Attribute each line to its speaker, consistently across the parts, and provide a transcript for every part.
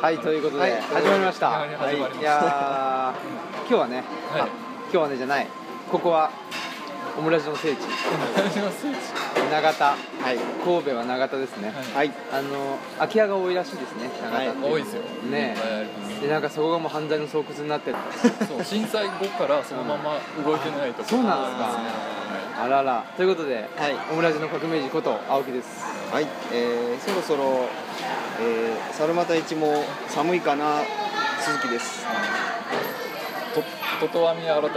Speaker 1: はいということで、
Speaker 2: はい
Speaker 1: 始まりました、
Speaker 2: はい始まりました
Speaker 1: いやー今日はね、
Speaker 2: はい
Speaker 1: あ今日はねじゃないここはオムラジの聖地
Speaker 2: 私の数値
Speaker 1: 永田
Speaker 3: はい、
Speaker 1: 神戸は永田ですね、
Speaker 2: はい
Speaker 3: はい、
Speaker 1: あの空き家が多いらしいですね永田って、
Speaker 2: 多いですよ
Speaker 1: ね
Speaker 2: いっぱいありま
Speaker 1: でなんかそこがもう犯罪の巣窟になってる
Speaker 2: すそう震災後からそのまま動いてないとか
Speaker 1: そうなんですかあららということで、
Speaker 3: はい
Speaker 1: オムラジの革命児こと青木です
Speaker 3: はい、えー、そろそろ、えー、猿股市も寒いかな、鈴木です。
Speaker 2: とととわみ改め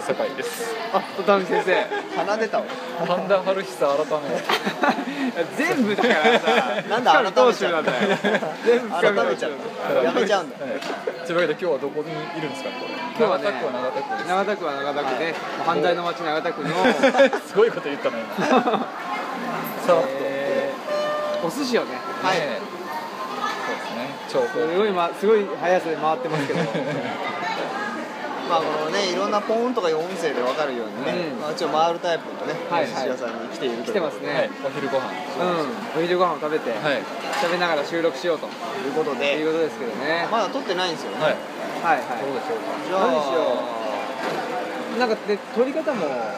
Speaker 2: 酒井です
Speaker 1: あ戸上先生
Speaker 3: 鼻出たわ。
Speaker 2: 神田春久改め
Speaker 1: 全部だからさ
Speaker 3: なんだ
Speaker 1: 深見投手なんだよ全部
Speaker 3: 改
Speaker 1: 深見
Speaker 3: め
Speaker 1: 投
Speaker 3: ちゃ
Speaker 1: 手
Speaker 3: う。やめちゃうんだ。
Speaker 2: はいというわけで今日はどこにいるんですかねこ
Speaker 1: 今
Speaker 2: れ
Speaker 1: 日はね
Speaker 2: 長田区は長田区です
Speaker 1: 長田区は長田区で、犯罪の街長 田区の、
Speaker 2: すごいこと言ったな今さあ、
Speaker 1: えーお寿司をね
Speaker 3: はい
Speaker 2: ねそうですね
Speaker 1: すごい、ま、すごい速さで回ってます けど
Speaker 3: まあ、このね、いろんなポーンとかいう音声でわかるようにね、
Speaker 1: うん
Speaker 3: まあ、ちょっと回るタイプのね、
Speaker 1: はい
Speaker 3: お寿司屋さんに来ている
Speaker 1: 来
Speaker 3: と
Speaker 1: て
Speaker 3: い
Speaker 1: ま
Speaker 3: う
Speaker 1: す
Speaker 2: はい
Speaker 1: ね、、
Speaker 2: お昼ご飯
Speaker 1: うんお昼ご飯を食べて、
Speaker 2: はい
Speaker 1: 食べながら収録しようと
Speaker 3: こと
Speaker 1: いう
Speaker 3: で、
Speaker 1: ことですけどね、
Speaker 3: まだ撮ってないんですよね。
Speaker 2: はい
Speaker 1: はいはい
Speaker 2: どうでしょ
Speaker 1: 何し
Speaker 2: うか
Speaker 3: じゃあ、
Speaker 1: なんかで撮り方も
Speaker 2: は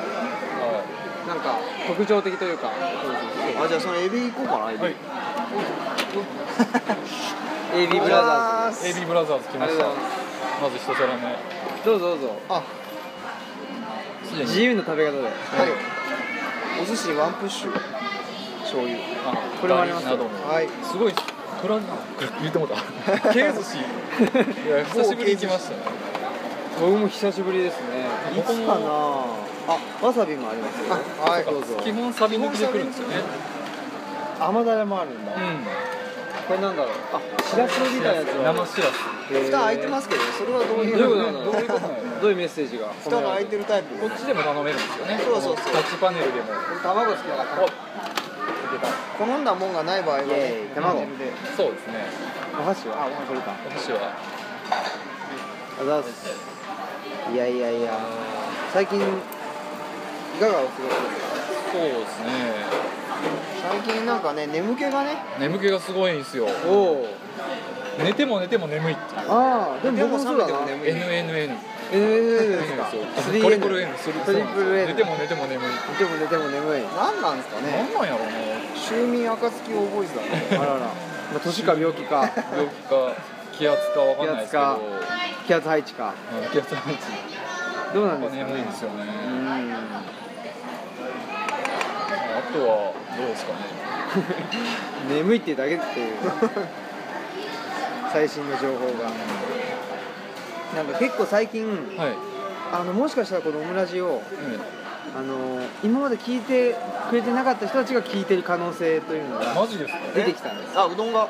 Speaker 1: なんか特徴的というか
Speaker 3: あ、じゃあ、そのエビ行こうかな、エビ。
Speaker 2: はい
Speaker 1: AB ブラザー
Speaker 3: ー
Speaker 2: い AB ブラザーズ来
Speaker 1: ズ
Speaker 2: ま
Speaker 1: あり
Speaker 2: し
Speaker 1: が
Speaker 2: た
Speaker 1: とうございま
Speaker 2: まず一皿目
Speaker 1: すどうぞどうぞ
Speaker 3: あ、
Speaker 1: 自由な食べ方で
Speaker 3: はい。お寿司ワンプッシュ。醤油。
Speaker 2: あ
Speaker 1: これもありますよ
Speaker 2: ガリなども
Speaker 3: はい。
Speaker 2: すごいフラン言ってもうた軽寿 司 いや久しぶりに来ましたね
Speaker 1: 僕も久しぶりですね
Speaker 3: いつかなあ、わさびもありますよ。はい、どうぞ
Speaker 2: 基本サビ抜きで来るんですよね
Speaker 1: 甘だれもあるんだ
Speaker 2: う
Speaker 1: これなんだろうあしらすみたいなやつ
Speaker 2: ん生しらす
Speaker 3: 蓋開いてますけど、それはどういう
Speaker 1: どういうことなの
Speaker 2: どういうことなの
Speaker 1: どういうメッセージが
Speaker 3: 蓋が開いてるタイプ
Speaker 2: こっちでも頼めるんですよね
Speaker 3: そうそうそう
Speaker 2: このタッチパネルでも
Speaker 1: 卵好きだから
Speaker 3: 好んだもんがない場合は
Speaker 1: イエ
Speaker 3: ね
Speaker 1: ーイ卵
Speaker 3: 豚汁で
Speaker 2: そうですね
Speaker 1: お箸はあ、お箸これか
Speaker 2: お箸は
Speaker 1: あざっすいやいやいや最近いかがお過ごしですか
Speaker 2: そうですね
Speaker 3: 最近なんかね眠気がね
Speaker 2: 眠気がすごいんですよ
Speaker 1: おお
Speaker 2: 寝ても寝ても眠いって
Speaker 1: ああでも僕もそうだな
Speaker 3: 覚めても
Speaker 2: いう
Speaker 3: 眠い
Speaker 2: NNN
Speaker 1: ええですか
Speaker 2: そうトリプル N それ
Speaker 1: トリプル N
Speaker 2: 寝ても寝ても眠い
Speaker 1: でも寝ても眠い
Speaker 3: 何なんですかね
Speaker 2: 何なんやろうな
Speaker 3: 就眠暁を覚えてたね
Speaker 1: あらら まあ年か病気か
Speaker 2: 病気か気圧かわかんないですけど
Speaker 1: 気圧配置か
Speaker 2: うん気圧配置
Speaker 1: どうなん
Speaker 2: やっ
Speaker 1: で
Speaker 2: ぱ
Speaker 1: すか
Speaker 2: 眠いん
Speaker 1: ね
Speaker 2: ですよね
Speaker 1: うん
Speaker 2: あとはどうですかね
Speaker 1: 眠いってだけっていう最新の情報がなんか結構最近
Speaker 2: はい、
Speaker 1: あのもしかしたらこのオムラジを
Speaker 2: うん
Speaker 1: あの今まで聞いてくれてなかった人たちが聞いてる可能性というのが
Speaker 2: マジですか
Speaker 1: 出てきたんです
Speaker 3: あうどんが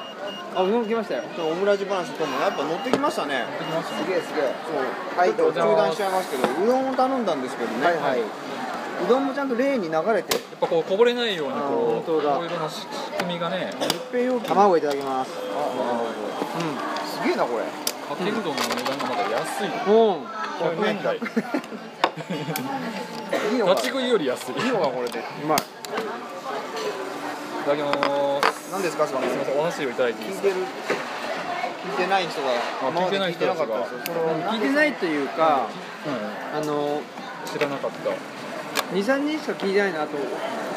Speaker 1: あ動きましたよ
Speaker 3: そのオムラジ話ともやっぱ乗ってきましたね
Speaker 2: できましたね
Speaker 1: すげえすげえ
Speaker 3: そうはい中断しちゃいますけどうどんを頼んだんですけどね
Speaker 1: はいはいう
Speaker 3: どんもちゃんと例に流れて
Speaker 2: やっぱこうこぼれないように
Speaker 3: あー
Speaker 2: こ
Speaker 1: 本当
Speaker 2: う
Speaker 1: だ
Speaker 2: いろいろな仕組みがね
Speaker 3: 密閉容器
Speaker 1: 卵いただきます
Speaker 3: あ
Speaker 1: う
Speaker 3: あすげえなこれ
Speaker 2: かけうどんの値段がまだ 安い
Speaker 1: んうん
Speaker 2: 100円台立
Speaker 3: いいのか
Speaker 2: ち食いより安いい
Speaker 3: いいのかこれで
Speaker 1: うまい
Speaker 2: ただきます
Speaker 3: 何ですかその
Speaker 2: すみませんお箸をいただいていい
Speaker 3: 聞
Speaker 2: です
Speaker 3: いて
Speaker 2: か
Speaker 3: る聞いてない人が今まで聞いてなかったんですよそれは
Speaker 1: 聞いてないというか
Speaker 2: うん
Speaker 1: あの
Speaker 2: 知らなかった
Speaker 1: 23人しか聞いてないなと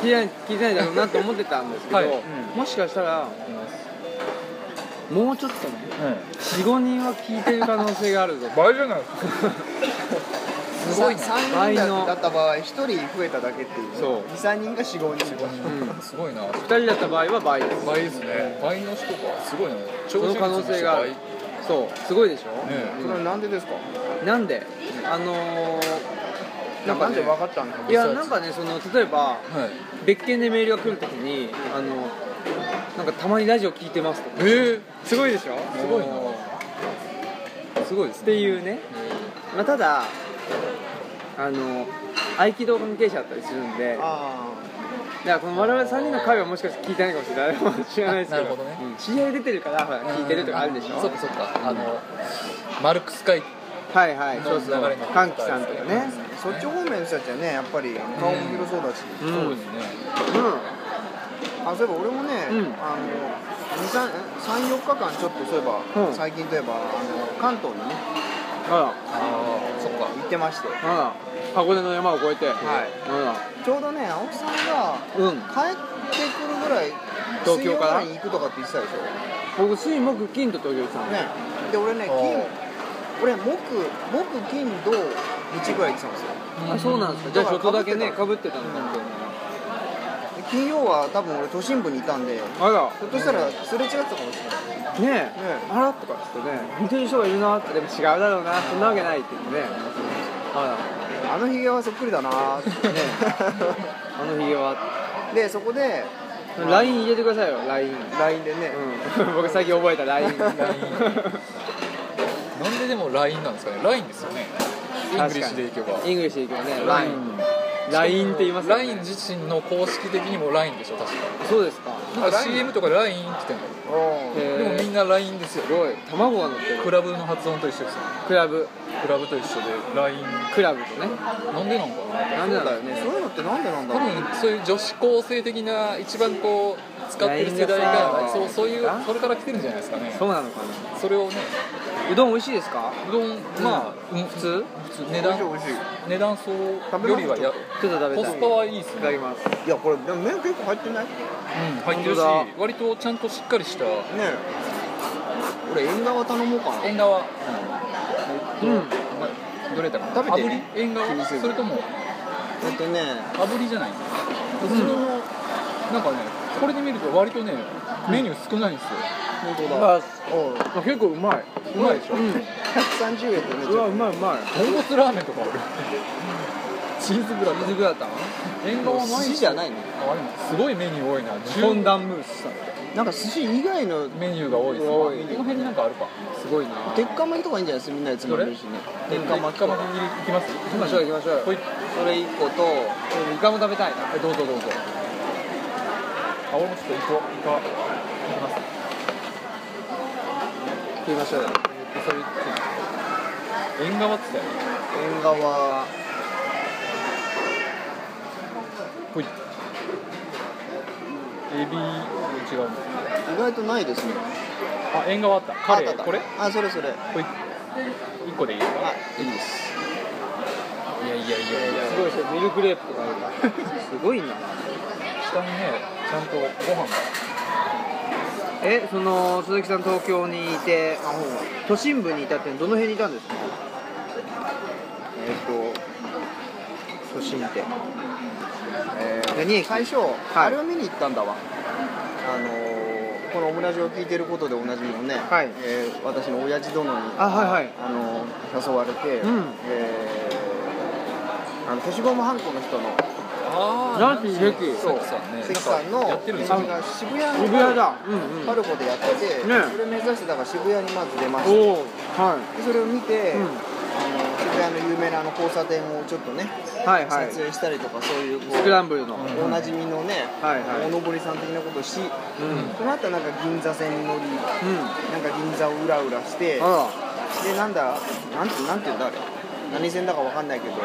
Speaker 1: 聞いてない聞いてないだろうなと思ってたんですけど、
Speaker 2: はい
Speaker 1: もしかしたらもうちょっとね45人は聞いてる可能性があるぞ
Speaker 2: 倍じゃない
Speaker 3: すごい
Speaker 1: さ
Speaker 3: 3
Speaker 1: 倍
Speaker 3: 人
Speaker 1: の
Speaker 3: だだった場合1人増えただけっていう,、ね、
Speaker 1: そう
Speaker 3: 23人が45人
Speaker 1: ん
Speaker 2: すごいな
Speaker 1: 2人だった場合は倍です
Speaker 2: 倍ですね倍の人かすごいな
Speaker 1: その可能性がある
Speaker 2: ね
Speaker 1: そうすごいでしょ、
Speaker 3: それはなんでですか
Speaker 1: なんであのー、なんか、ね、
Speaker 3: かったんです
Speaker 1: いやなんかねその例えば
Speaker 2: はい
Speaker 1: 別件でメールが来るときにあのなんかたまにラジオ聞いてますとか
Speaker 2: えー、
Speaker 1: すごいでしょ
Speaker 2: すごい
Speaker 1: っ
Speaker 2: なすごいですね
Speaker 1: ていうね、まあ、ただあの合気道関係者だったりするんでだか
Speaker 3: あ
Speaker 1: らこの我々3人の会はもしかして聞いてないかもしれない 誰も知らないですけど
Speaker 2: なるほどね
Speaker 1: うん知り合い出てるからほら聞いてるとかあるでしょ
Speaker 2: そっかそっかあのマルクス会
Speaker 1: はいはい
Speaker 2: の
Speaker 1: そうそう
Speaker 2: 流れの
Speaker 1: 歓喜さんとかね
Speaker 3: あそっち方面の人たちはねやっぱり顔も広そうだし、
Speaker 1: うん
Speaker 2: ね
Speaker 1: うん
Speaker 3: あそういえば俺もね、
Speaker 1: うん
Speaker 3: あの34日間ちょっとそういえば、
Speaker 4: うん
Speaker 3: 最近といえばあの関東にね
Speaker 1: あ
Speaker 2: そっか
Speaker 3: 行ってまして、
Speaker 1: らあら箱根の山を越えて
Speaker 3: はい
Speaker 1: あ
Speaker 3: ちょうどね青木さんが
Speaker 1: らうん
Speaker 3: 帰ってくるぐらい
Speaker 1: 東京から
Speaker 3: 水曜ぐらいに行くとかって言ってたでしょ
Speaker 1: 僕水木金と東京行ってたの
Speaker 3: ねで俺
Speaker 2: あ
Speaker 3: ね金
Speaker 2: ー
Speaker 3: 俺木木金土日ぐらい行ってたんですよ
Speaker 1: あそうなんですかじゃあちょっとだけね
Speaker 3: だか
Speaker 1: かぶってたのか
Speaker 3: うんで金曜は多分俺都心部にいたんでひ
Speaker 1: あら
Speaker 3: ょっとしたらすれ違ってたかもしれない
Speaker 1: ねえあらとかしてね似てる人がいるなってでも違うだろうなそんなわけないって言ってねあ
Speaker 3: あのひげはそっくりだなーって
Speaker 1: らねえ あのひげは
Speaker 3: でそこで
Speaker 1: LINE 入れてくださいよ LINE
Speaker 3: LINE でね、
Speaker 1: うん僕最近覚えた LINE
Speaker 2: なんででも LINE なんですかね LINE ですよねイングリッシュでいけば
Speaker 1: イングリッシュでいけばね
Speaker 3: LINE
Speaker 1: LINE って言いますよね
Speaker 2: LINE 自身の公式的にも LINE でしょ確か
Speaker 1: そうですか
Speaker 2: なんか CM とか LINE 来てんだよ
Speaker 3: お
Speaker 1: え
Speaker 2: でもみんな LINE ですよ
Speaker 1: すごい卵が乗って
Speaker 2: ク
Speaker 1: る
Speaker 2: ラブの発音と一緒ですよね
Speaker 1: クラブ
Speaker 2: クラブと一緒で LINE
Speaker 1: クラブとね
Speaker 2: なんでなんかな
Speaker 1: なんでなんだろうね
Speaker 3: そういうのってなんでなんだ
Speaker 2: 多
Speaker 3: ろう
Speaker 2: 分そういう女子高生的な一番こう使ってる世代
Speaker 1: LINE が
Speaker 2: が
Speaker 1: さ
Speaker 2: そうそういう
Speaker 1: あ
Speaker 2: それから来てるんじゃないですかね
Speaker 1: そうなのか
Speaker 2: それをね
Speaker 1: なうどん美味しいですか
Speaker 2: うどんまあ、うん
Speaker 1: 普通
Speaker 2: 普通値
Speaker 3: 美味
Speaker 2: 段
Speaker 3: しい美味しい
Speaker 2: 値段層よりはや
Speaker 1: ちょっと食べ
Speaker 2: コ
Speaker 1: たい
Speaker 2: スパはいいです
Speaker 1: いただ
Speaker 2: ね
Speaker 1: きます
Speaker 3: いやこれでも麺結構入ってないね
Speaker 2: うん入ってるし
Speaker 1: 本
Speaker 2: 割とちゃんとしっかりした
Speaker 3: え俺縁側頼もうかな
Speaker 2: 縁側
Speaker 1: うん
Speaker 2: どれだか
Speaker 3: 食べて
Speaker 2: 炙り縁
Speaker 3: 気に
Speaker 2: 側
Speaker 3: せず
Speaker 2: それとも
Speaker 3: えっとね
Speaker 2: 炙りじゃない普通のなんかねこれで見ると割とねメニュー少ないんですよ
Speaker 3: 本当だ
Speaker 1: あ
Speaker 3: おう
Speaker 1: あ結構うまいう
Speaker 2: まいでしょ
Speaker 1: うん
Speaker 3: 130円でねちょっ
Speaker 1: う
Speaker 3: と
Speaker 1: わうまいうまい
Speaker 2: 豚骨ラーメンとか あるチーズブラタン
Speaker 1: 水グラタン
Speaker 2: 縁側は毎
Speaker 3: 寿司
Speaker 2: 日
Speaker 3: じゃないの
Speaker 2: あでもすごいメニュー多いな
Speaker 1: フォン
Speaker 2: 10
Speaker 1: ダンムースさん
Speaker 3: なんか寿司以外の
Speaker 2: メニューが多いですね
Speaker 1: 多い
Speaker 2: この辺になんかあるか
Speaker 1: すごいな
Speaker 3: 鉄火巻きとかいいんじゃないですかみんなでつまめるしね鉄火巻きと
Speaker 2: ま
Speaker 3: か
Speaker 2: き行きます
Speaker 1: 行きましょう行きましょう
Speaker 2: ほい
Speaker 1: それ一個とイカも食べたいなどうぞどうぞ
Speaker 2: あ俺もちょっと行こう行こう行きます
Speaker 1: 食いましょうよ
Speaker 2: それ縁側って言ったよね
Speaker 3: 縁側
Speaker 2: ほいエビ違うの
Speaker 3: 意外とないですね
Speaker 2: あ縁側あったカレ
Speaker 3: ああった
Speaker 2: ー
Speaker 3: あった
Speaker 2: これ
Speaker 3: あそれそれ
Speaker 2: ほい一個でいいよ
Speaker 3: あいいです
Speaker 2: いやいやいやいや
Speaker 1: すごいですねミルクレープとかあるからすごいな
Speaker 2: 下にねちゃんとご飯が
Speaker 4: えその鈴木さん東京にいて
Speaker 3: あほう
Speaker 4: 都心部にいたってどの辺にいたんですか
Speaker 3: えーっと
Speaker 4: 都心って
Speaker 3: えー
Speaker 4: 何駅
Speaker 3: 最初、あれを見に行ったんだわあのーこのオムラジオを聞いてることでおなじみのね、
Speaker 4: はい
Speaker 3: えー私の親父殿に
Speaker 4: あはいはい
Speaker 3: あのー誘われて、
Speaker 4: うん
Speaker 3: えーあの消しゴムはんこの人の
Speaker 2: あ
Speaker 1: ナンシー
Speaker 2: ベ
Speaker 1: ベキ
Speaker 2: 関さんね
Speaker 3: 関さんの
Speaker 2: やってるんですよね
Speaker 3: が渋谷の
Speaker 1: 渋谷だうんうん
Speaker 3: パルコでやってて、
Speaker 1: ね
Speaker 3: それ目指してだから渋谷にまず出ました
Speaker 1: おおは
Speaker 3: でそれを見て、
Speaker 1: うん
Speaker 3: あの渋谷の有名なあの交差点をちょっとね
Speaker 1: いはいはい
Speaker 3: 撮影したりとかそういうこ
Speaker 1: スクラ
Speaker 3: う
Speaker 1: ンブルの
Speaker 3: おなじみのね、
Speaker 1: はいはい
Speaker 3: おのぼりさん的なことをし
Speaker 1: うんうん
Speaker 3: その後なんか銀座線に乗りな
Speaker 1: あ
Speaker 3: んか銀座をうらうらして
Speaker 1: ら
Speaker 3: でなんだなんてなんていうんだあれ何線だかわかんないけど、
Speaker 2: う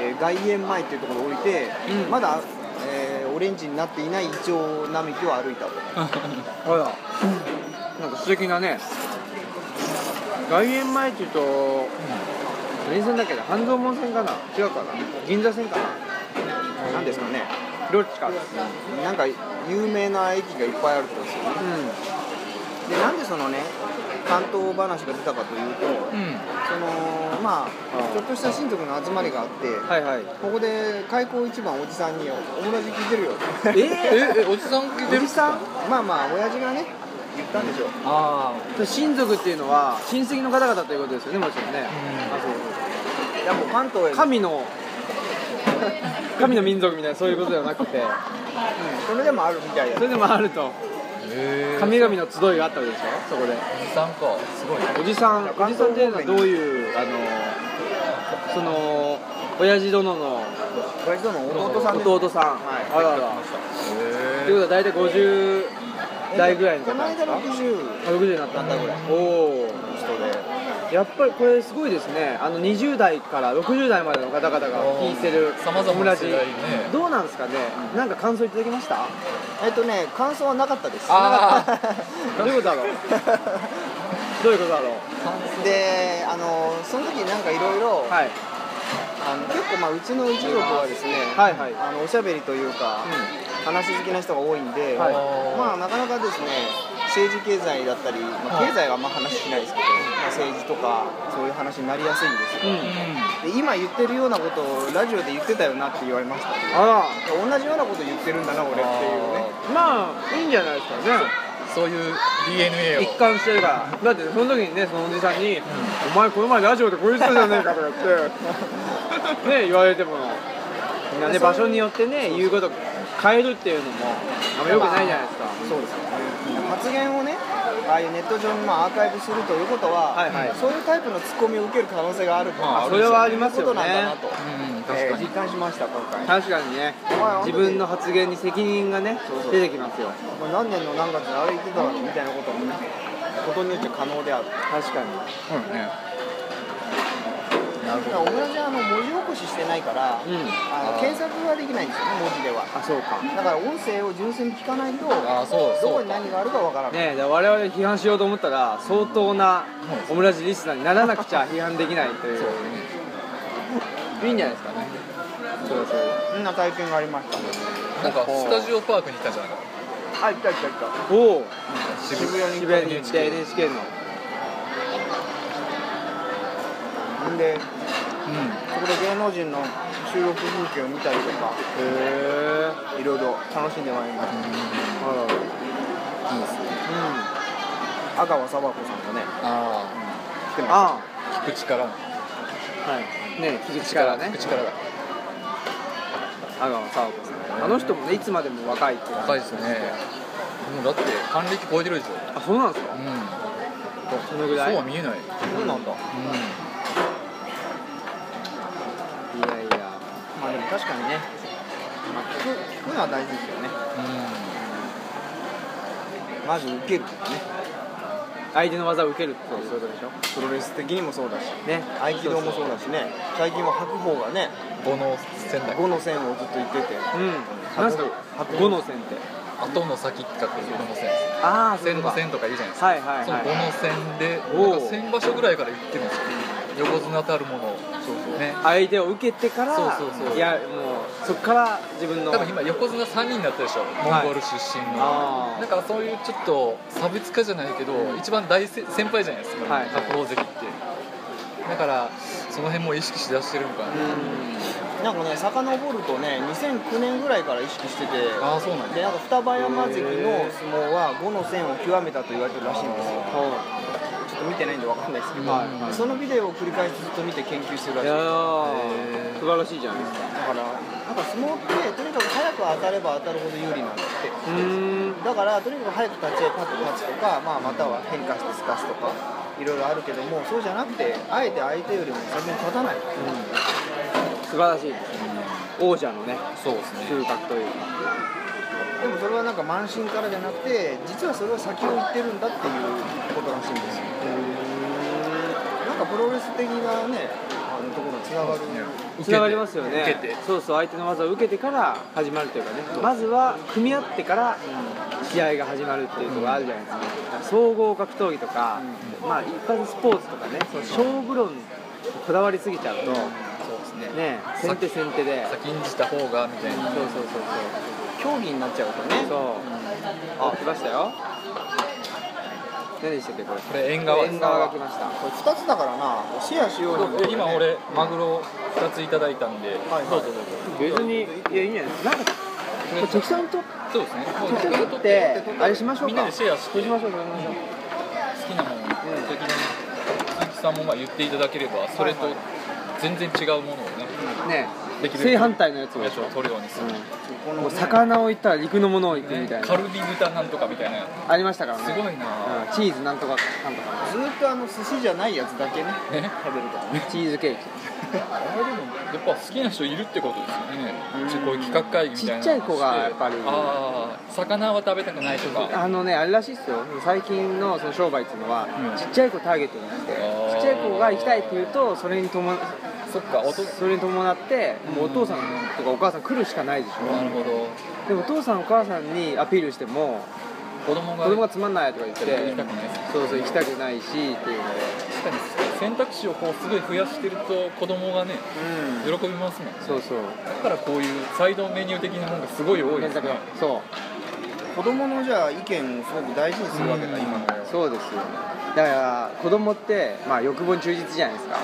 Speaker 3: えー外苑前っていうところを降りて、
Speaker 1: うん
Speaker 3: まだ、えーオレンジになっていないイチョウ並木を歩いたと
Speaker 1: あらなんか素敵なね外苑前っていうと何線だっけな半蔵門線かな違うかな銀座線かな
Speaker 3: なんですかね
Speaker 1: どっちかうん
Speaker 3: なんか有名な駅がいっぱいあるってことですよねでなんでそのね関東話が出たかというと
Speaker 2: んうん
Speaker 3: そのま
Speaker 1: あ
Speaker 3: あちょっとした親族の集まりがあって
Speaker 1: はいはい
Speaker 3: ここで開口一番おじさんに「オムラジ聞いてるよ」
Speaker 1: え
Speaker 2: ええおじさん聞いて
Speaker 3: お
Speaker 2: る
Speaker 3: じさんまあまあ親父がね言ったんでしょう
Speaker 2: あ
Speaker 1: え親族っていうのは親戚の方々ということですよねもちろんね
Speaker 2: あ
Speaker 3: いやもう関東への、
Speaker 1: 神の神の民族みたいなそういうことではなくて
Speaker 3: うんそれでもあるみたいだ
Speaker 1: それでもあると
Speaker 2: へえ
Speaker 1: 神々の集いがあったわけでしょそこで
Speaker 2: おじさんかすごい
Speaker 1: おじさんおじさんっていうのはどういうあのその親父殿の
Speaker 3: 親父との弟さんです
Speaker 1: 弟さん、
Speaker 3: はい
Speaker 1: あらあらということは大体50代ぐらいの
Speaker 3: こ
Speaker 1: 方
Speaker 3: の
Speaker 1: です
Speaker 3: 間
Speaker 1: か
Speaker 3: 60
Speaker 1: 60になったんだこれおお
Speaker 3: 人で
Speaker 1: やっぱりこれすごいですねあの20代から60代までの方々が聞いてる
Speaker 2: さまざ
Speaker 1: オム
Speaker 2: まな
Speaker 1: ラジ
Speaker 2: 世代ね
Speaker 1: どうなんですかね、なんか感想いただきました
Speaker 3: えっとね感想はなかったです
Speaker 2: あ
Speaker 1: ど
Speaker 2: ー
Speaker 1: ういうことだろうどういうことだろう
Speaker 3: であのその時なんかいろいろ
Speaker 1: はい
Speaker 3: あの結構まあうちの一族はですね、
Speaker 1: はいはい
Speaker 3: あのおしゃべりというか、話好きな人が多いんで、
Speaker 1: はい
Speaker 3: まあなかなかですね政治経済だったり、まあ、経済はあんま話しないですけど、まあ、政治とかそういう話になりやすいんで
Speaker 1: う
Speaker 3: すよ、
Speaker 1: ん
Speaker 3: で今言ってるようなことをラジオで言ってたよなって言われました
Speaker 1: あ
Speaker 3: 同じようなこと言ってるんだな俺っていうね
Speaker 1: らまあいいんじゃないですかね
Speaker 2: そういう DNA を
Speaker 1: 一貫してるからだってその時にねそのおじさんに「お前この前ラジオでこういう人じゃねえか」とか言ってね言われてもみんなね場所によってね言うこと変えるっていうのもあんまよくないじゃないですか
Speaker 3: そうですね発言をねああいうネット上にまあアーカイブするということは、
Speaker 1: はいはい
Speaker 3: そういうタイプのツッコミを受ける可能性がある
Speaker 2: まあ
Speaker 1: それはあり
Speaker 3: という
Speaker 1: ます
Speaker 3: こ
Speaker 1: よ
Speaker 3: となんだな
Speaker 1: ね
Speaker 3: と、
Speaker 2: うん確
Speaker 3: え
Speaker 2: か
Speaker 3: ー
Speaker 2: に
Speaker 3: 実感しました今回
Speaker 1: 確かにね
Speaker 3: まあ
Speaker 1: 自分の発言に責任がね
Speaker 3: そうそう
Speaker 1: 出てきますよ
Speaker 3: もう何年の何月にあれ言ってたのみたいなこともねことによって可能である
Speaker 1: 確かに
Speaker 2: そうだねなる
Speaker 3: だから
Speaker 2: ほ
Speaker 3: オムラジはあの文字起こししてないから、
Speaker 1: うん
Speaker 3: あの検索はできないんですよね文字では
Speaker 1: あそうかね
Speaker 3: だから音声を純粋に聞かないと
Speaker 2: どああそう
Speaker 3: ど
Speaker 2: そ
Speaker 3: こ
Speaker 2: う
Speaker 3: に何があるかわからない、
Speaker 1: えだから我々批判しようと思ったら相当なオムラジリスナーにならなくちゃ批判できないという
Speaker 2: そう
Speaker 1: いいんじゃないですかねそうそう
Speaker 3: そんな体験がありました
Speaker 2: なんかスタジオパークに行ったじゃないか
Speaker 3: あ行った行った行っ
Speaker 1: おお
Speaker 2: 渋
Speaker 1: 渋谷に行って NHK の
Speaker 3: たんで
Speaker 2: うん
Speaker 3: そこで芸能人の収録風景を見たりとか
Speaker 1: へえ
Speaker 3: いろいろ楽しんでまいりました
Speaker 1: あら
Speaker 2: いいですね
Speaker 3: 阿川佐和子さんがね
Speaker 2: あ
Speaker 3: 来てまし
Speaker 1: あ
Speaker 2: あ聞く力
Speaker 1: あはいね聞く力ね
Speaker 2: 聞く力が
Speaker 1: 阿川佐和子さんあの人もねいつまでも若いっていう
Speaker 2: 若いですねもうだって還暦超えてるでしょ
Speaker 1: あそうなんですか
Speaker 2: うん
Speaker 1: そのぐらい
Speaker 2: そう
Speaker 1: い
Speaker 2: は見えない
Speaker 3: たそうなんだ
Speaker 2: う
Speaker 1: やいや
Speaker 3: まあでも確かにね、まあ、聞く聞くのは大事ですよね
Speaker 2: ん
Speaker 3: まず受けるからね
Speaker 1: 相手の技を受けるってそういうことでしょ
Speaker 3: プロレス的にもそうだし
Speaker 1: ね
Speaker 3: 合気道もそうだしね最近は白鵬がね
Speaker 2: 五の仙台
Speaker 3: 5の線をずっと言ってて
Speaker 1: うん何すか
Speaker 3: 白鵬
Speaker 1: 五の線って
Speaker 2: 後の先って書く五の線
Speaker 1: ああそういう
Speaker 2: 線の
Speaker 1: ことか
Speaker 2: 線とか言うじゃないですか
Speaker 1: はいはい
Speaker 2: その五
Speaker 1: はい
Speaker 2: の線で
Speaker 1: おう
Speaker 2: なんか先場所ぐらいから言ってるんですよ横綱たるものそうそうね
Speaker 1: 相手を受けてから
Speaker 2: そうそうそう
Speaker 1: いやもうそっから自分の
Speaker 2: 多分今横綱3人になったでしょモンゴル出身の、
Speaker 1: あ
Speaker 2: だからそういうちょっと差別化じゃないけど、一番大せ先輩じゃないですか、
Speaker 1: はい
Speaker 2: 白鵬関ってだからその辺も意識しだしてるのかな、
Speaker 1: あうん
Speaker 3: なんかね遡るとね2009年ぐらいから意識してて
Speaker 2: ああそうなんだ
Speaker 3: でなんか双葉山関の相撲は5の線を極めたと言われてるらしいんですよ
Speaker 1: は
Speaker 3: ちょっと見てないんでわかんないです
Speaker 1: い
Speaker 3: けど、
Speaker 1: はいはい
Speaker 3: そのビデオを繰り返しずっと見て研究してるら
Speaker 1: い
Speaker 3: しい
Speaker 1: や
Speaker 3: だ
Speaker 1: ー素晴らしいじゃないですか
Speaker 3: からなんか相撲ってとにかく早く当たれば当たるほど有利なんだって
Speaker 1: うーん
Speaker 3: だからとにかく早く立ち合いパッと立つとか、まあ、または変化してすかすとかいろいろあるけどもそうじゃなくてあえて相手よりも先に立たない
Speaker 1: 素晴らしいです王者のね
Speaker 2: そうですね
Speaker 1: 風格というか
Speaker 3: でもそれはなんか慢心からじゃなくて実はそれは先を行ってるんだっていうことらしいんですよなんかプロレス的なねあのところにつながる
Speaker 1: つながりますよね
Speaker 2: 受けて
Speaker 1: そうそう相手の技を受けてから始まるというかねまずは組み合ってから試合が始まるっていうところあるじゃないですか、総合格闘技とか、まあ一般スポーツとかねその勝負論にこだわりすぎちゃうと、
Speaker 2: そうですね
Speaker 1: ね先手先手でそう
Speaker 2: 先にした方がみたいな、
Speaker 1: そうそう
Speaker 3: 競技になっちゃうと
Speaker 1: そう
Speaker 3: ね
Speaker 1: そうあ来ましたよ何でしたっけこれ
Speaker 2: これ縁側です
Speaker 1: 縁側が来ました
Speaker 3: これ2つだからなシェアしようよ
Speaker 2: で今俺マグロ2ついただいたんで、
Speaker 3: はい
Speaker 2: どうぞどうぞ
Speaker 1: 別にいやいいんじゃないですかなんかこれ適当にとっ
Speaker 2: そうですねもう
Speaker 1: 適当にとってあれしましょうか
Speaker 2: みんなでシェアして
Speaker 1: そうし
Speaker 2: 好
Speaker 1: ましょうそうしましょう
Speaker 2: きなものを適当に鈴木さんもまあ言っていただければそれと全然違うものをね
Speaker 1: ね
Speaker 2: できる
Speaker 1: 正反対のやつを
Speaker 2: やつを取るようにする、
Speaker 1: うんもう魚をいったら陸のものをいくみたい
Speaker 2: ね
Speaker 1: な、
Speaker 2: カルビ豚なんとかみたいな
Speaker 1: ありましたからね
Speaker 2: すごいな
Speaker 1: うんチーズなんとかかんとか
Speaker 3: ずーっとあの寿司じゃないやつだけね
Speaker 2: ね
Speaker 3: 食べるからね
Speaker 1: チーズケーキ
Speaker 2: あれでもやっぱ好きな人いるってことですよねちょこういう企画会議みたいなの
Speaker 1: ちっちゃい子がやっぱり
Speaker 2: ああ魚は食べたくないとか
Speaker 1: あのねあれらしいっすよ最近のその商売っていうのは、
Speaker 2: うん
Speaker 1: ちっちゃい子ターゲットにして
Speaker 2: あー
Speaker 1: ちっちちっちゃい子が行きたいって言うとそれに伴
Speaker 2: そっかおと
Speaker 1: それに伴ってもうお父さんとかお母さん来るしかないでし
Speaker 2: なるほど
Speaker 1: ょでもお父さんお母さんにアピールしても
Speaker 2: 子供が
Speaker 1: 子供がつまんないとか言っ
Speaker 2: 行き
Speaker 1: て
Speaker 2: たくないです
Speaker 1: そうそう行きたくないしっていうので
Speaker 2: 確かに選択肢をこうすごい増やしてると子供がね喜びますもん
Speaker 1: そうそう
Speaker 2: だからこういうサイドメニュー的なものがすごい多いですね
Speaker 1: そう
Speaker 3: 子供のじゃあ意見をすごく大事にするわけだ、
Speaker 2: うん
Speaker 3: 今の親は
Speaker 1: そうですよだから子供ってまあ欲望に忠実じゃないですか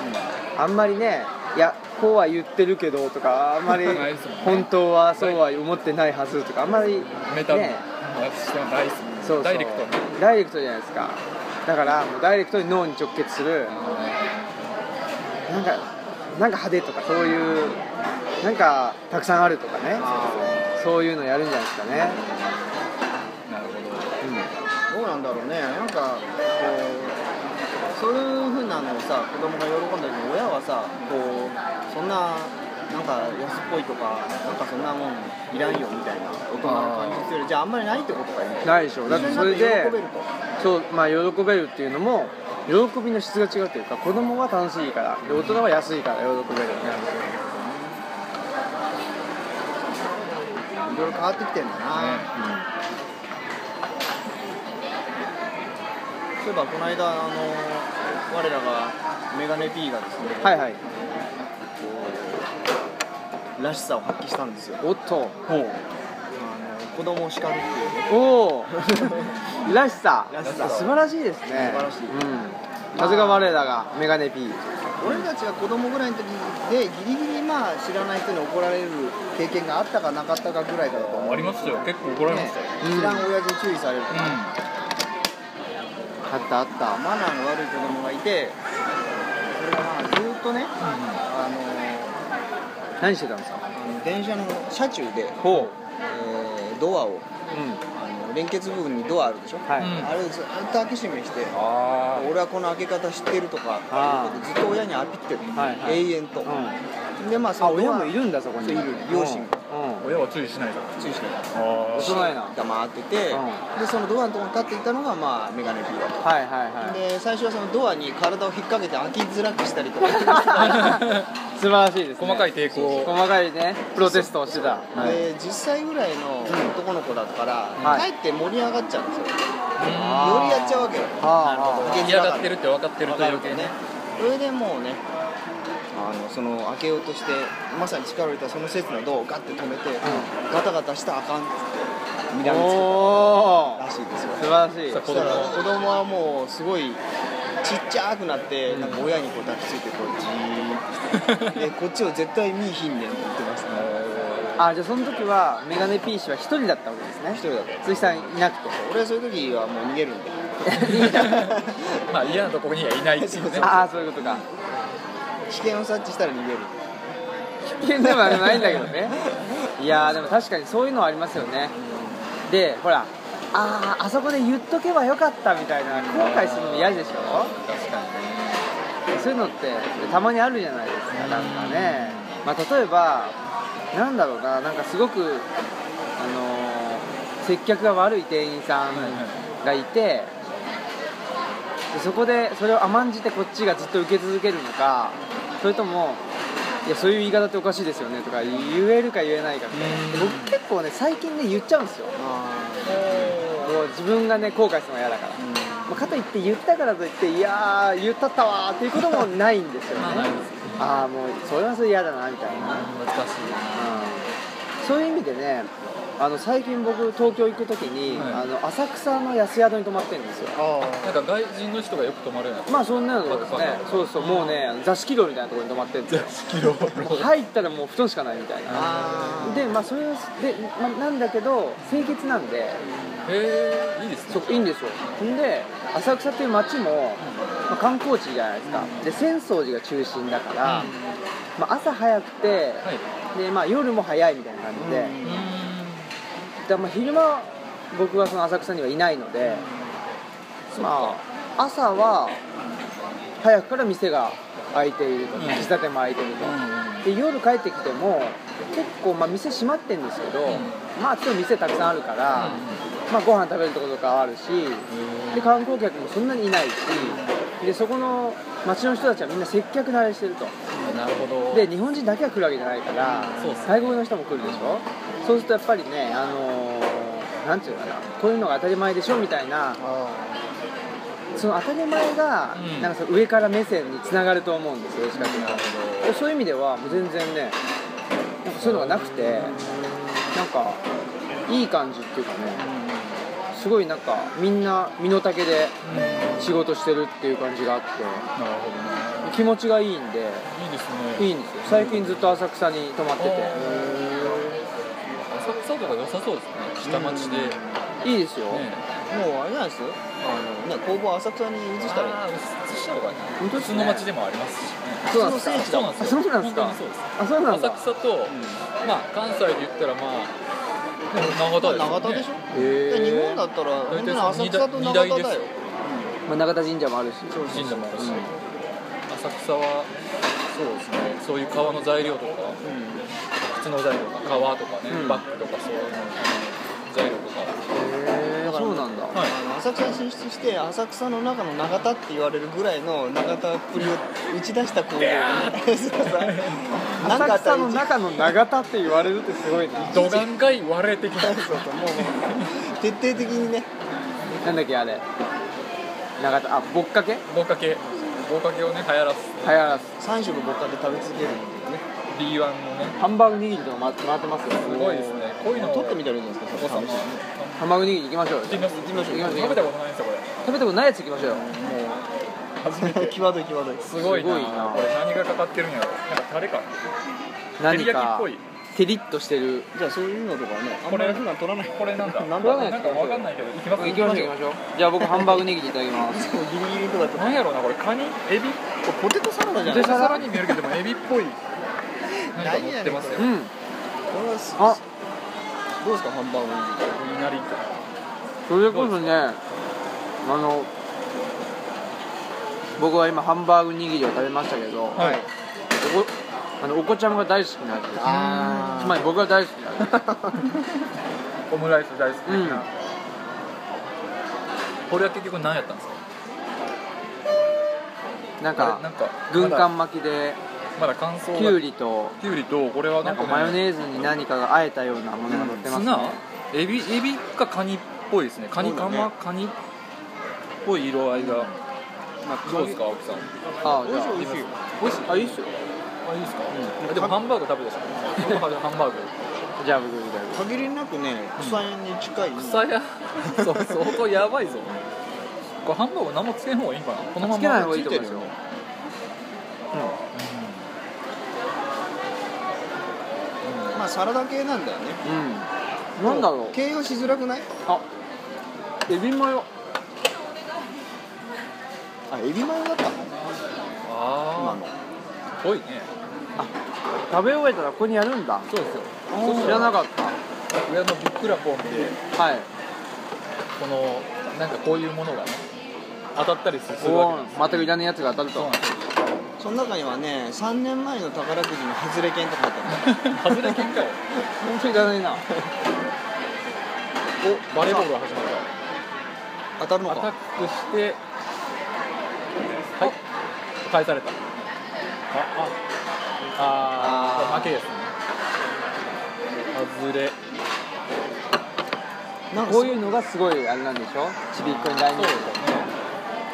Speaker 1: あんまりねいやこうは言ってるけどとかあんまり
Speaker 2: ないですもんね
Speaker 1: 本当はそうは思ってないはずとかあんまり
Speaker 2: メタルの
Speaker 1: ね
Speaker 2: やつしてもないですもんね
Speaker 1: そうそう
Speaker 2: ダイレクトに
Speaker 1: ダイレクトじゃないですかだからもうダイレクトに脳に直結するなんかなんか派手とかそういうなんかたくさんあるとかねそういうのやるんじゃないですかね、
Speaker 2: なるほど
Speaker 3: どうなんだろうねなんかこうそういうふうなのをさ子供が喜んだけど親はさこうそんななんか安っぽいとかなんかそんなもんいらんよみたいな大人の感じするじゃああんまりないってことかよね
Speaker 1: ないでしょだってそれで
Speaker 3: 一緒になって喜べると
Speaker 1: そうまあ喜べるっていうのも喜びの質が違うというか子供は楽しいからで大人は安いから喜べる
Speaker 3: いろいろ変わってきてんだな、
Speaker 2: ね
Speaker 3: そういえばこの間あの我らがメガネ P がですね、
Speaker 1: はいはい
Speaker 3: らしさを発揮したんですよ
Speaker 1: おっと
Speaker 3: あの子供を叱るっていうね
Speaker 1: おお らしさ
Speaker 3: らしさ
Speaker 1: 素晴らしいですね素
Speaker 3: 晴らしい
Speaker 1: うん、さすが我らがメガネ P
Speaker 3: 俺たちが子供ぐらいの時でギリギリまあ知らない人に怒られる経験があったかなかったかぐらいだと思う
Speaker 2: ありましたよ結構怒られましたよ、
Speaker 1: うん
Speaker 3: 知らん親父に注意されるとか、
Speaker 1: あったあった
Speaker 3: マナーの悪い子供がいてそれがまあずっとね、あの
Speaker 1: 何してたんですか
Speaker 3: あの電車の車中で、
Speaker 1: ほ
Speaker 3: えードアを
Speaker 1: ううん
Speaker 3: あの連結部分にドアあるでしょ、
Speaker 1: はい、
Speaker 2: うん
Speaker 3: あれをずっと開け閉めして
Speaker 1: あ
Speaker 3: 俺はこの開け方知ってるとか
Speaker 1: あ
Speaker 3: ずっと親にアピってる、
Speaker 1: はいはい
Speaker 3: 永遠と、
Speaker 1: うん、
Speaker 3: でまあ
Speaker 1: あ
Speaker 3: その
Speaker 1: 親もいるんだそこに
Speaker 3: そういる両親が
Speaker 1: うん、うん
Speaker 2: うん、親は注意しないだろ
Speaker 3: 注意してた
Speaker 2: あ
Speaker 1: 大人やな
Speaker 3: 黙ってて、
Speaker 1: う
Speaker 3: でそのドアのところに立っていたのがまあメガネ P だ
Speaker 1: はいはいは
Speaker 3: と
Speaker 1: い
Speaker 3: で最初はそのドアに体を引っ掛けて開きづらくしたりとかしてた
Speaker 1: 素晴らしいです、ね、
Speaker 2: 細かい抵抗を
Speaker 1: 細かいねプロテストをしてた、はい、
Speaker 3: で10歳ぐらいの男の子だったから、
Speaker 1: はい
Speaker 3: かえって盛り上がっちゃうんですよ、
Speaker 2: うん
Speaker 1: あー
Speaker 3: よりやっちゃうわけよ
Speaker 1: はあはあ
Speaker 3: なるほど
Speaker 2: 嫌がってるって分かってると余計
Speaker 3: ね
Speaker 2: ね
Speaker 3: それでもうねあのその開けようとしてまさに力を入れたその施設のドアをガッて止めて、ガタガタしたらあかんっつって睨みつけ
Speaker 1: お
Speaker 3: た
Speaker 1: ー
Speaker 3: らしいですよ
Speaker 1: 素晴らしい
Speaker 2: さあ
Speaker 3: そ
Speaker 2: 子供
Speaker 3: したら
Speaker 2: は
Speaker 3: 子供はもうすごいちっちゃくなって、なんか親にこう抱きついてこうじーっとでこっちを絶対見いひんねんって言ってましたね
Speaker 1: あじゃあその時はメガネ P 氏は一人だったわけですね
Speaker 3: 一人だった
Speaker 1: 鈴木さんいなくて
Speaker 3: 俺はそういう時はもう逃げるんで
Speaker 2: まあ嫌なところにはいないっていうね
Speaker 1: ああそういうことか
Speaker 3: 危険を察知したら逃げる
Speaker 1: 危険ではないんだけどねいやーでも確かにそういうのはありますよねでほらあああそこで言っとけばよかったみたいな後悔するの嫌でしょ
Speaker 2: 確かにね
Speaker 1: そういうのってたまにあるじゃないですかなんかね、まあ、例えばなんだろうななんかすごく、あのー接客が悪い店員さんがいて、でそこでそれを甘んじてこっちがずっと受け続けるのかそれともいやそういう言い方っておかしいですよねとか言えるか言えないかみたいなで僕結構ね最近ね言っちゃうんですよもう自分がね後悔するのが嫌だから、まあ、かといって言ったからといっていやー言ったったわーっていうこともないんですよね
Speaker 2: まあないです
Speaker 1: ああもうそれはそれ嫌だなみたいな、うん
Speaker 2: 難しいな
Speaker 1: そういう意味でねあの最近僕東京行く時に、
Speaker 2: はい
Speaker 1: あの浅草の安宿に泊まってるんですよ
Speaker 2: なんか外人の人がよく泊まるよう
Speaker 1: ま
Speaker 2: な
Speaker 1: あそんなのですね
Speaker 2: バカバカ
Speaker 1: そうそうもうねあの座敷牢みたいなところに泊まってるんです よ
Speaker 2: キロ
Speaker 1: もう入ったらもう布団しかないみたいな
Speaker 3: あ
Speaker 1: でまあそれはで、まあ、なんだけど清潔なんで
Speaker 2: へえいいですね
Speaker 1: そういいんですよんで浅草っていう街も、まあ、観光地じゃないですか、で浅草寺が中心だから、まあ、朝早くて、
Speaker 2: はい
Speaker 1: でまあ、夜も早いみたいな感じで、
Speaker 2: うー
Speaker 1: でまあ、昼間僕はその浅草にはいないので、まあ、朝は早くから店が開いていると、
Speaker 2: うん
Speaker 1: 喫茶店も開いていると、
Speaker 2: ん
Speaker 1: で夜帰ってきても結構、まあ、店閉まってるんですけど、まあちょっと店たくさんあるから、まあ、ご飯食べるとことかあるしで観光客もそんなにいないしでそこの町の人たちはみんな接客慣れしてると
Speaker 2: なるほど
Speaker 1: で日本人だけが来るわけじゃないから
Speaker 2: そうっすね
Speaker 1: 外国の人も来るでしょそうするとやっぱりねあのーなんていうのかなこういうのが当たり前でしょみたいなその当たり前が
Speaker 2: うん
Speaker 1: なんかその上から目線につながると思うんですよ近くのでそういう意味ではもう全然ねなんかそういうのがなくてなんかいい感じっていうかねすごいなんかみんな身の丈で
Speaker 2: うんなる
Speaker 1: 仕事してるっていう感じがあって
Speaker 2: ほどね
Speaker 1: 気持ちがいいんで
Speaker 2: いいですね
Speaker 1: いいんですよ最近ずっと浅草に泊まって
Speaker 2: 浅草とか良さそうですね下町で、ね
Speaker 1: ていいですよ
Speaker 3: もうあれじゃないですあのね工房浅草に移したらいい
Speaker 2: あー移した方がいい
Speaker 1: 本当
Speaker 2: 普
Speaker 1: です
Speaker 2: 通
Speaker 1: ね
Speaker 2: の町でもありますしね
Speaker 1: そうなん
Speaker 3: 普
Speaker 1: で
Speaker 3: 通
Speaker 1: す
Speaker 3: の
Speaker 1: か
Speaker 3: 聖地だもん
Speaker 2: んですよ
Speaker 1: あそうなんですかあそうなん
Speaker 2: 本当にそうです浅
Speaker 1: だ
Speaker 2: 草と、まあ関西で言ったらまあ長田ですよね
Speaker 3: 長田でしょ
Speaker 1: へ
Speaker 3: で
Speaker 1: ー
Speaker 3: 日本だったらみんな浅草と長田だ
Speaker 2: 二大
Speaker 3: よ
Speaker 2: で
Speaker 1: まあ永田神社もあるし
Speaker 2: 神社もあるし、浅草はそうですねそういう革の材料とか、靴の材料とか革とかね、
Speaker 1: うん
Speaker 2: バッグとかそういうの材料とか
Speaker 1: へえ
Speaker 3: だから
Speaker 1: そうなんだ
Speaker 2: はい
Speaker 3: あの浅草に進出して浅草の中の長田って言われるぐらいの長田っぷりを打ち出した工房なん
Speaker 1: 浅
Speaker 3: かあった
Speaker 1: 草
Speaker 3: ら
Speaker 1: の
Speaker 3: 一
Speaker 1: 中の永田って言われるってすごいね
Speaker 2: 土眼がい割れてきた
Speaker 3: そうそうもう徹底的にね
Speaker 1: なんだっけあれ永田あぼっかけ流
Speaker 2: 棒かけ棒かけをね流行らす
Speaker 1: 行らす
Speaker 3: 3食ぼっかで食べ続けるんだよね
Speaker 2: B1 のね
Speaker 1: ハンバーグ握りとか回って回ってますよ
Speaker 2: すごいですねこういうのを
Speaker 3: 取ってみたらいいんじゃないです
Speaker 2: お子
Speaker 3: か
Speaker 2: さん
Speaker 3: そ
Speaker 2: も
Speaker 3: れ
Speaker 2: 行
Speaker 1: ハンバーグ握り行きましょうよ
Speaker 2: きます行きましょう
Speaker 1: 行きましょう
Speaker 2: 食べたことないんで
Speaker 1: 食べたことないや
Speaker 2: すよこれ
Speaker 1: つ行きましょうよ
Speaker 2: 初め
Speaker 3: 試して
Speaker 2: て
Speaker 3: 際どい際どい
Speaker 2: すごいな
Speaker 1: すごいな
Speaker 2: これ何がかかってるんやろなんかタレかな照
Speaker 1: 何
Speaker 2: り焼きっ
Speaker 1: か
Speaker 2: ぽい
Speaker 1: テリッとしてる
Speaker 3: じゃあそういうのとかねあん
Speaker 2: こ
Speaker 3: ま
Speaker 2: れ
Speaker 3: り普段取らない
Speaker 2: これなんだ
Speaker 3: なん
Speaker 1: 取
Speaker 3: だ
Speaker 1: らない
Speaker 2: なんかわかんないけど行きます
Speaker 1: 行きましょう行きましょうじゃあ僕ハンバーグ握りいただきます
Speaker 3: そうギリギリとかって
Speaker 2: なんやろうなこれカニエビ
Speaker 3: ポテトサラダじゃな
Speaker 2: で
Speaker 3: い
Speaker 1: ポテ
Speaker 2: さらに見えるけどもエビっぽい何か乗ってますよ
Speaker 1: うん
Speaker 3: これはす
Speaker 1: あ
Speaker 3: どうですかハンバーグの時
Speaker 2: ここになり
Speaker 1: それこそねあの僕は今ハンバーグ握りを食べましたけど、
Speaker 2: はい
Speaker 1: おこあのお子ちゃまが大好きな味です
Speaker 3: あ
Speaker 1: つまり僕が大好きな味です
Speaker 2: オムライス大好き
Speaker 1: うん
Speaker 2: なこれは結局何やったんですか
Speaker 1: なん
Speaker 2: あれ
Speaker 1: か
Speaker 2: なんか
Speaker 1: 軍艦巻きで
Speaker 2: まだ乾燥
Speaker 1: きゅうりと
Speaker 2: きゅうりとこれは
Speaker 1: な
Speaker 2: なんん
Speaker 1: か
Speaker 2: か
Speaker 1: マヨネーズに何かがあえたようなものが乗ってます
Speaker 2: ツ
Speaker 1: ね
Speaker 2: ナエビエビかカニっぽいですねカニカマカニっぽい色合いがどうですか青木さん
Speaker 1: あじゃあ
Speaker 3: 美味しい
Speaker 2: 美味しい
Speaker 1: あいいっすよ
Speaker 2: あいいですかあでもハンバーグ食べたじゃん僕はハンバーグ
Speaker 1: じゃあ僕みたい
Speaker 3: 限りなくね草屋に近い
Speaker 2: 草屋 そう相当やばいぞこれハンバーグ何もつけん方がいいかなこのまま
Speaker 1: つけない方がいいと思いますよ
Speaker 2: ついて
Speaker 3: まあサラダ系なんだよね
Speaker 1: うんなんだろう
Speaker 3: 形容しづらくない
Speaker 1: あエビマヨ
Speaker 3: あエビマヨだったの
Speaker 2: るよ
Speaker 3: 今
Speaker 2: あ
Speaker 3: の
Speaker 2: あぽいね
Speaker 1: 食べ終えたらここにやるんだ
Speaker 2: そうですよ
Speaker 1: 知らなかった
Speaker 2: 上のビックラポンで
Speaker 1: はい
Speaker 2: このなんかこういうものがね当たったりするわ
Speaker 1: お
Speaker 2: けです
Speaker 1: ー全くいらないやつが当たる
Speaker 2: そう
Speaker 1: と
Speaker 2: なんですよ
Speaker 3: その中にはね3年前の宝くじの外れ券とか入ってる
Speaker 2: 外れ喧嘩よ
Speaker 1: 本当いらないな
Speaker 2: おバレーボールが始まっ
Speaker 3: 当たるの
Speaker 2: たアタッ
Speaker 3: か
Speaker 2: クしてはい返されたあああ
Speaker 1: あー
Speaker 2: ー負けですね外れ
Speaker 3: なんか
Speaker 1: こう
Speaker 3: う
Speaker 1: いうのがすごいあれなんでしょちびっこに大人気
Speaker 2: そうですね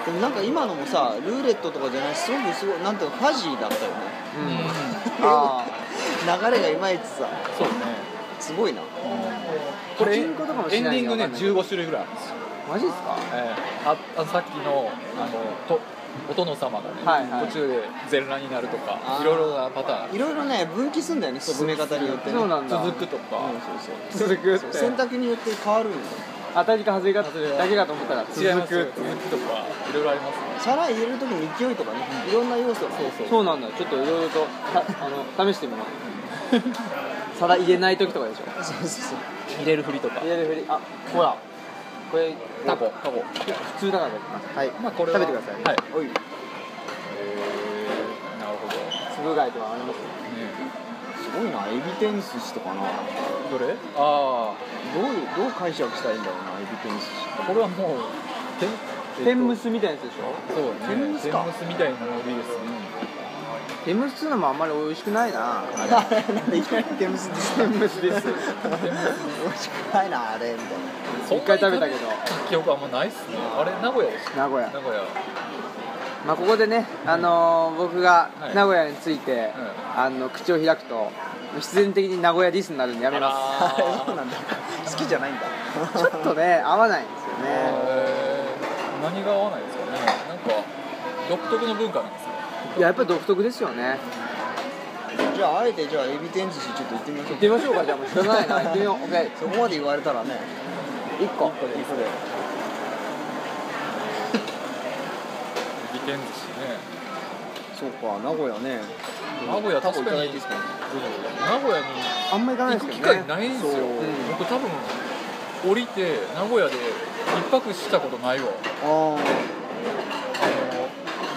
Speaker 3: でもなんか今のもさルーレットとかじゃないすごくすごいなんていうのファジーだったよね
Speaker 1: うん
Speaker 2: うん
Speaker 1: あ
Speaker 3: 流れがいまいちさ
Speaker 2: そうね
Speaker 3: すごいな
Speaker 2: これ
Speaker 1: パ
Speaker 2: エ
Speaker 1: チン
Speaker 2: ンデ
Speaker 1: コとかもしない
Speaker 2: ィン
Speaker 1: の
Speaker 2: グ
Speaker 1: わか
Speaker 2: ね
Speaker 1: んないけど
Speaker 2: 15種類ぐらいあるんですよ
Speaker 1: ーマジっすか
Speaker 2: ええああさっきのあのとお殿様がね、
Speaker 1: はいはい
Speaker 2: 途中で全裸になるとか
Speaker 3: あー
Speaker 2: いろいろなパターン
Speaker 3: いろいろね分岐すんだよね進め方によってね
Speaker 1: そうなんだ
Speaker 2: 続くとか、
Speaker 3: うんそうそう
Speaker 1: 続くって
Speaker 3: 選択によって変わるんだよ
Speaker 1: 当たりか外れかだけかと思ったら続
Speaker 2: 違います
Speaker 1: く
Speaker 2: 続くとかいろいろありますね
Speaker 3: 皿入れる時の勢いとかねいろんな要素が
Speaker 2: そうそう
Speaker 1: そうなんだちょっといろいろとたあの試してみよ う皿入れない時とかでしょ
Speaker 3: そうそうそう
Speaker 2: 入れるふりとか
Speaker 1: 入れるふりあほらこれ
Speaker 2: タコタコ
Speaker 1: 普通だからはい
Speaker 2: まあこれは
Speaker 1: 食べてください
Speaker 2: はい
Speaker 3: おい
Speaker 2: なるほど、
Speaker 1: 粒貝とかありますよ
Speaker 3: すごいなエビ天寿司とかなど
Speaker 2: どれあ
Speaker 3: ういうどう解釈したらいいんだろうなエビ天寿司
Speaker 2: あこれはもう天
Speaker 1: 天むすみたいなやつでしょ
Speaker 2: そうね
Speaker 3: 天むすか
Speaker 2: 天むすみたいなのがいいですね
Speaker 1: 天むすっていうのもあんまり美味しくないな
Speaker 3: あれなんでいきなり天むすです天むすです美味しくないなあれみたいな
Speaker 2: そん
Speaker 1: 一回
Speaker 2: なに
Speaker 1: 食べたけど
Speaker 2: 記憶あんまないっすねあれ名古屋でした
Speaker 1: 名古
Speaker 2: 名
Speaker 1: 屋
Speaker 2: 古屋
Speaker 1: まあここでね、あのー僕が
Speaker 2: はい
Speaker 1: 名古屋について、あの口を開くと必然的に名古屋ディスになるんでやめま
Speaker 2: あらー
Speaker 3: そうなんだ好きじゃ ないんだ
Speaker 1: すちょっと ね合わないんですよね
Speaker 2: えー何が合わないですかねなんか独特の文化なんですよ
Speaker 1: いややっぱり独特ですよね
Speaker 3: じゃああえてじゃあエビ天寿司ちょっと行ってみましょ
Speaker 1: 行
Speaker 3: う
Speaker 1: って
Speaker 3: か
Speaker 1: みましょうかじゃあもう知らないな行ってみよう OK1
Speaker 3: そこまで言われたらね
Speaker 1: 個
Speaker 3: これこれ
Speaker 2: 利点寿司ね
Speaker 3: そうか名古屋ね
Speaker 2: 名古屋
Speaker 3: タコ
Speaker 2: 確
Speaker 3: いた
Speaker 2: か
Speaker 3: だい
Speaker 2: に
Speaker 3: ていいですか
Speaker 2: 名古屋に
Speaker 1: あんま行かない
Speaker 2: 行
Speaker 1: です
Speaker 2: く
Speaker 1: け
Speaker 2: 機
Speaker 1: どね
Speaker 2: 会ないんですよ、
Speaker 3: そう
Speaker 2: 僕多分降りて名古屋で一泊したことないわ
Speaker 3: あ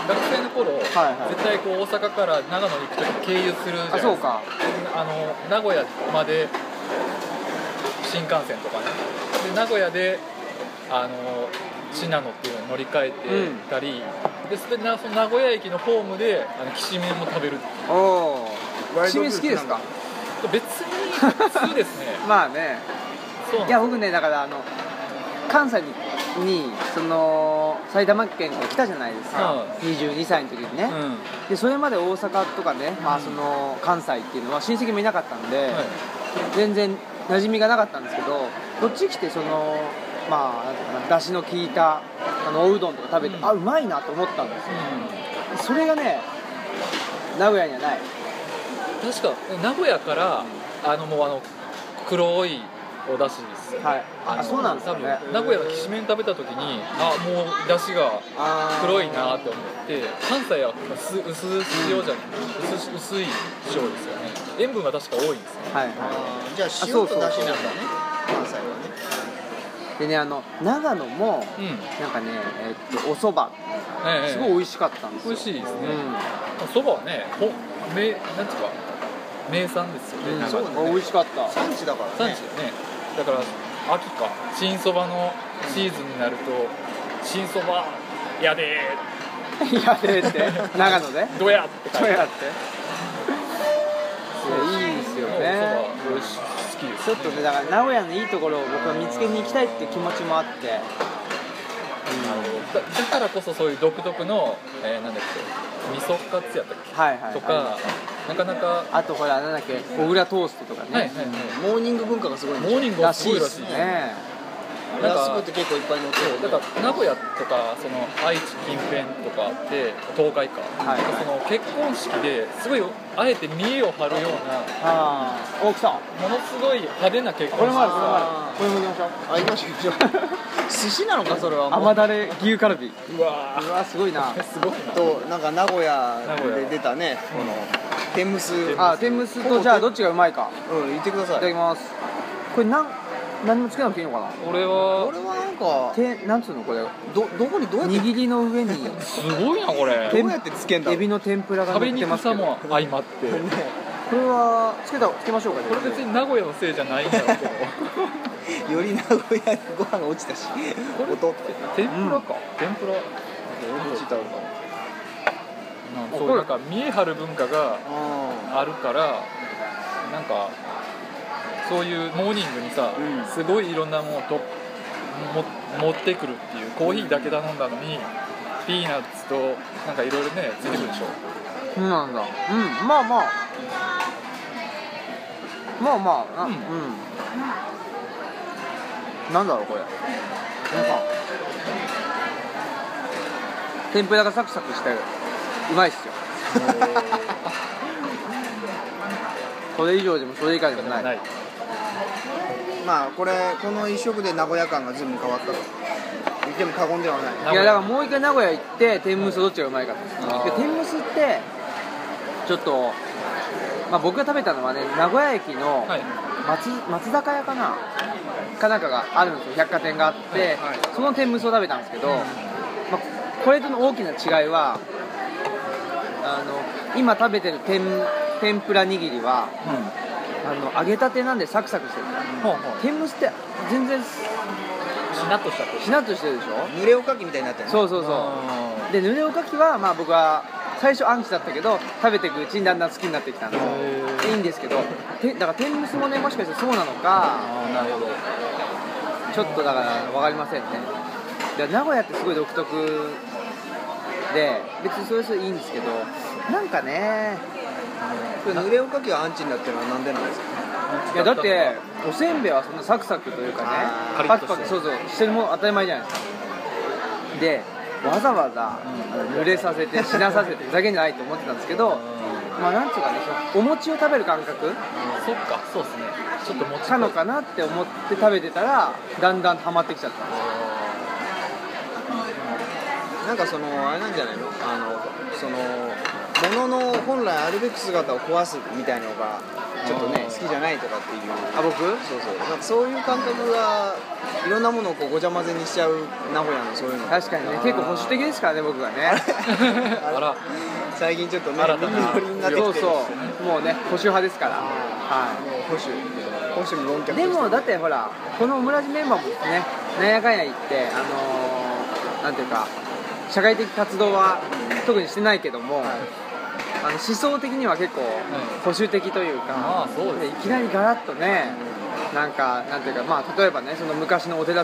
Speaker 2: 学生の頃、
Speaker 1: はいはい
Speaker 2: 絶対こう大阪から長野に行く時経由するじゃな
Speaker 1: あ
Speaker 2: いですか
Speaker 1: そうか
Speaker 2: あの名古屋まで新幹線とかねで名古屋であの信濃っていうのに乗り換えてたり、でそれでなその名古屋駅のホームであのきしめんも食べる
Speaker 1: おお
Speaker 3: あ
Speaker 1: 七味好きですか
Speaker 2: 別に普 通ですね
Speaker 1: まあね
Speaker 2: そうな
Speaker 1: い
Speaker 2: んです
Speaker 1: や僕ねだからあの関西ににその埼玉県から来たじゃないですか
Speaker 2: は
Speaker 1: 22歳の時にね、
Speaker 2: うんは
Speaker 1: でそれまで大阪とかね、ま
Speaker 2: う
Speaker 1: あ、
Speaker 2: ん
Speaker 1: その関西っていうのは親戚もいなかったんで、
Speaker 2: い
Speaker 1: 全然馴染みがなかったんですけどこっち来てそのまあなんていうのかなだしの効いたあのおうどんとか食べて、
Speaker 2: うん
Speaker 1: あうまいなと思ったんですよ
Speaker 2: うん
Speaker 1: それがね名古屋にはない
Speaker 2: 確か名古屋から、あのもうあの黒いお出汁ですよ
Speaker 1: はい
Speaker 2: の
Speaker 1: あそうなんですよね
Speaker 2: 多分名古屋のきしめん食べた時にあもう出汁が
Speaker 1: あー
Speaker 2: 黒いなって思って関西は薄薄塩じゃない薄薄い塩ですよね塩分が確か多いんですよ
Speaker 1: はい
Speaker 3: あ
Speaker 1: は
Speaker 3: ーじゃあ塩と出汁なんだね関西はね
Speaker 1: いでねあの長野も
Speaker 2: うん、
Speaker 1: なんかね、えっとお蕎麦
Speaker 2: ええ
Speaker 1: すごい美味しかったんですよ
Speaker 2: 美味しいですね
Speaker 1: う
Speaker 2: そばはねほ名なんていうか名産ですよね、
Speaker 1: ん、
Speaker 2: なん
Speaker 1: そ
Speaker 2: か
Speaker 1: う美味しかった
Speaker 3: 産地だからね
Speaker 2: 産地だねだから秋か新そばのシーズンになると新そばやで
Speaker 1: いやでって長野で
Speaker 2: ー どやって
Speaker 1: そう
Speaker 2: 書いて
Speaker 1: やって いやいいですよね
Speaker 2: そば美味し好きです
Speaker 1: ちょっとねだから名古屋のいいところを僕は見つけに行きたいって気持ちもあって
Speaker 2: なるほどだだからこそそういう独特の、えー、なんだっけ味噌カツやったっけ、
Speaker 1: はいはい
Speaker 2: とかなかなかは
Speaker 1: あとほらなんだっけ小倉トーストとか
Speaker 2: いはい
Speaker 1: ね、
Speaker 2: はい
Speaker 3: モーニング文化がすごいんでしょ
Speaker 2: モーニングは
Speaker 1: ら
Speaker 2: す
Speaker 1: し
Speaker 2: ご
Speaker 1: い
Speaker 2: い
Speaker 1: で
Speaker 2: ら
Speaker 1: す
Speaker 2: しい
Speaker 1: ね
Speaker 2: なん
Speaker 3: 安く
Speaker 2: か
Speaker 3: って結構いっぱい乗って
Speaker 2: そうだから名古屋とかその愛知近辺とかって東海か、
Speaker 1: はいはい
Speaker 2: その結婚式ですごいあえて見栄を張るような
Speaker 1: ああお来た
Speaker 2: ものすごい派手な結
Speaker 1: こ
Speaker 2: 婚
Speaker 1: れもあるこ
Speaker 2: 式
Speaker 1: れもあるこれも行きましょう
Speaker 3: あ行きましょう行きましょう 寿司なのかそれはもう
Speaker 1: 甘だれ牛カルビ
Speaker 2: うわ
Speaker 1: うわすごいな
Speaker 2: ーすごいな
Speaker 3: となんか名古
Speaker 2: 名
Speaker 3: 屋
Speaker 2: 古
Speaker 3: で
Speaker 2: 屋
Speaker 3: 出たねこの天むすうん
Speaker 1: あ天むすとじゃあどっちがうまいか
Speaker 3: 言ってくだ
Speaker 1: い
Speaker 3: さ
Speaker 1: ただ
Speaker 3: い
Speaker 1: きますこれなん何もつけなくていいのかな
Speaker 2: これ
Speaker 3: こ
Speaker 2: は
Speaker 3: れはなんか
Speaker 1: てなんつうのこれ
Speaker 3: どどこにどうやって
Speaker 1: 握りの上に
Speaker 2: すごいなこれ
Speaker 3: どうやってつけんだろ
Speaker 1: エ
Speaker 3: う
Speaker 1: ビの天ぷらが
Speaker 2: 食
Speaker 1: 乗
Speaker 2: べ
Speaker 1: っ
Speaker 2: に
Speaker 1: て
Speaker 2: く
Speaker 1: ます
Speaker 2: さ
Speaker 1: けど
Speaker 2: も相まって
Speaker 3: ね
Speaker 1: これはつけたつけましょうか
Speaker 2: これ別に名古屋のせいじゃないんだろうけど
Speaker 3: より名古屋にご飯が落ちたし
Speaker 2: これ
Speaker 3: 音って
Speaker 2: 天ぷらか、天ぷら
Speaker 3: 落ちたのかな
Speaker 2: うんそうなんか見え張る文化が
Speaker 3: あ
Speaker 2: あるからなんかそういうモーニングにさ、
Speaker 3: うん
Speaker 2: すごいいろんなものをとも持ってくるっていうコーヒーだけ頼んだのに、ピーナッツとなんかいろいろねついてくるでしょ、
Speaker 1: そうなんだうんまあまあまあまあな
Speaker 2: う
Speaker 1: うんん、なんだろうこれなんか天ぷらがサクサクしてるうまいっすよこれ以上でもそれ以下でもない
Speaker 2: ない
Speaker 3: ーまあこれこの一食で名古屋感が全部変わったと言っても過言ではない
Speaker 1: いやだからもう一回名古屋行って天むすどっちがうまいか
Speaker 2: あー
Speaker 1: とで天むすってちょっと、まあ、僕が食べたのはね名古屋駅の
Speaker 2: はい
Speaker 1: 松,、松坂屋かなかなんかがあるんですよ百貨店があって、
Speaker 2: はいはい
Speaker 1: その天むすを食べたんですけど、まあ、これとの大きな違いはあの今食べてる天天ぷら握りは
Speaker 2: うんは
Speaker 1: あの揚げたてなんでサクサクしてる
Speaker 2: あは
Speaker 1: 天むすって全然
Speaker 2: しなっとしたと
Speaker 1: しなっとしてるでしょ
Speaker 3: 濡れおかきみたいになってる
Speaker 1: そうそうそう
Speaker 2: う
Speaker 1: で濡れおかきはまあ僕は最初アンチだったけど食べていくうちにだんだん好きになってきたんですよいいんですけどてだから天むすもねもしかしてそうなのか
Speaker 2: ああなるほど
Speaker 1: ちょっとだから分かりませんねで名古屋ってすごい独特で別にそれそれいいんですけどなんかね
Speaker 3: これ濡れおかきがアンチになってるのはなんでなんですか
Speaker 1: いやだっておせんべいはそんなサクサクというかね
Speaker 3: あ
Speaker 2: ー
Speaker 1: パク
Speaker 2: カ
Speaker 1: パ
Speaker 2: リ
Speaker 1: ク
Speaker 2: ッとして
Speaker 1: そうそうしてるもの当たり前じゃないですかでわざわざ濡れさ せてしなさせてふざけんじゃないと思ってたんですけどまあなんつうかねそのお餅を食べる感覚
Speaker 2: そっかそうですねちょっともち
Speaker 1: かのかなって思って食べてたらだんだんハマってきちゃった
Speaker 3: なんかそのあれなんじゃないのあのそのものの本来あるべき姿を壊すみたいなのがちょっとね
Speaker 2: あー
Speaker 3: 好きじゃないとかっていう
Speaker 1: あ僕
Speaker 3: そうそうなんかそういう感覚がいろんなものをこうごちゃ混ぜにしちゃう名古屋のそういうの
Speaker 1: 確かにね結構保守的ですからね僕がね
Speaker 2: あら
Speaker 3: 最近ちょっとね
Speaker 2: 新たな
Speaker 3: 右寄りになってき
Speaker 1: そ
Speaker 3: てる
Speaker 1: うそうもうね保守派ですからは
Speaker 3: もう保守保守の論
Speaker 1: い
Speaker 3: 客と
Speaker 1: で
Speaker 3: して
Speaker 1: もだってほらこのオムラジメンバーもねなんやかんや言ってあのー、なんていうか社会的活動は特にしてないけども、あの思想的には結構保守的というか、
Speaker 2: まあそうですね
Speaker 1: いきなりガラッとねなんかなんていうかまあ例えばねその昔のお寺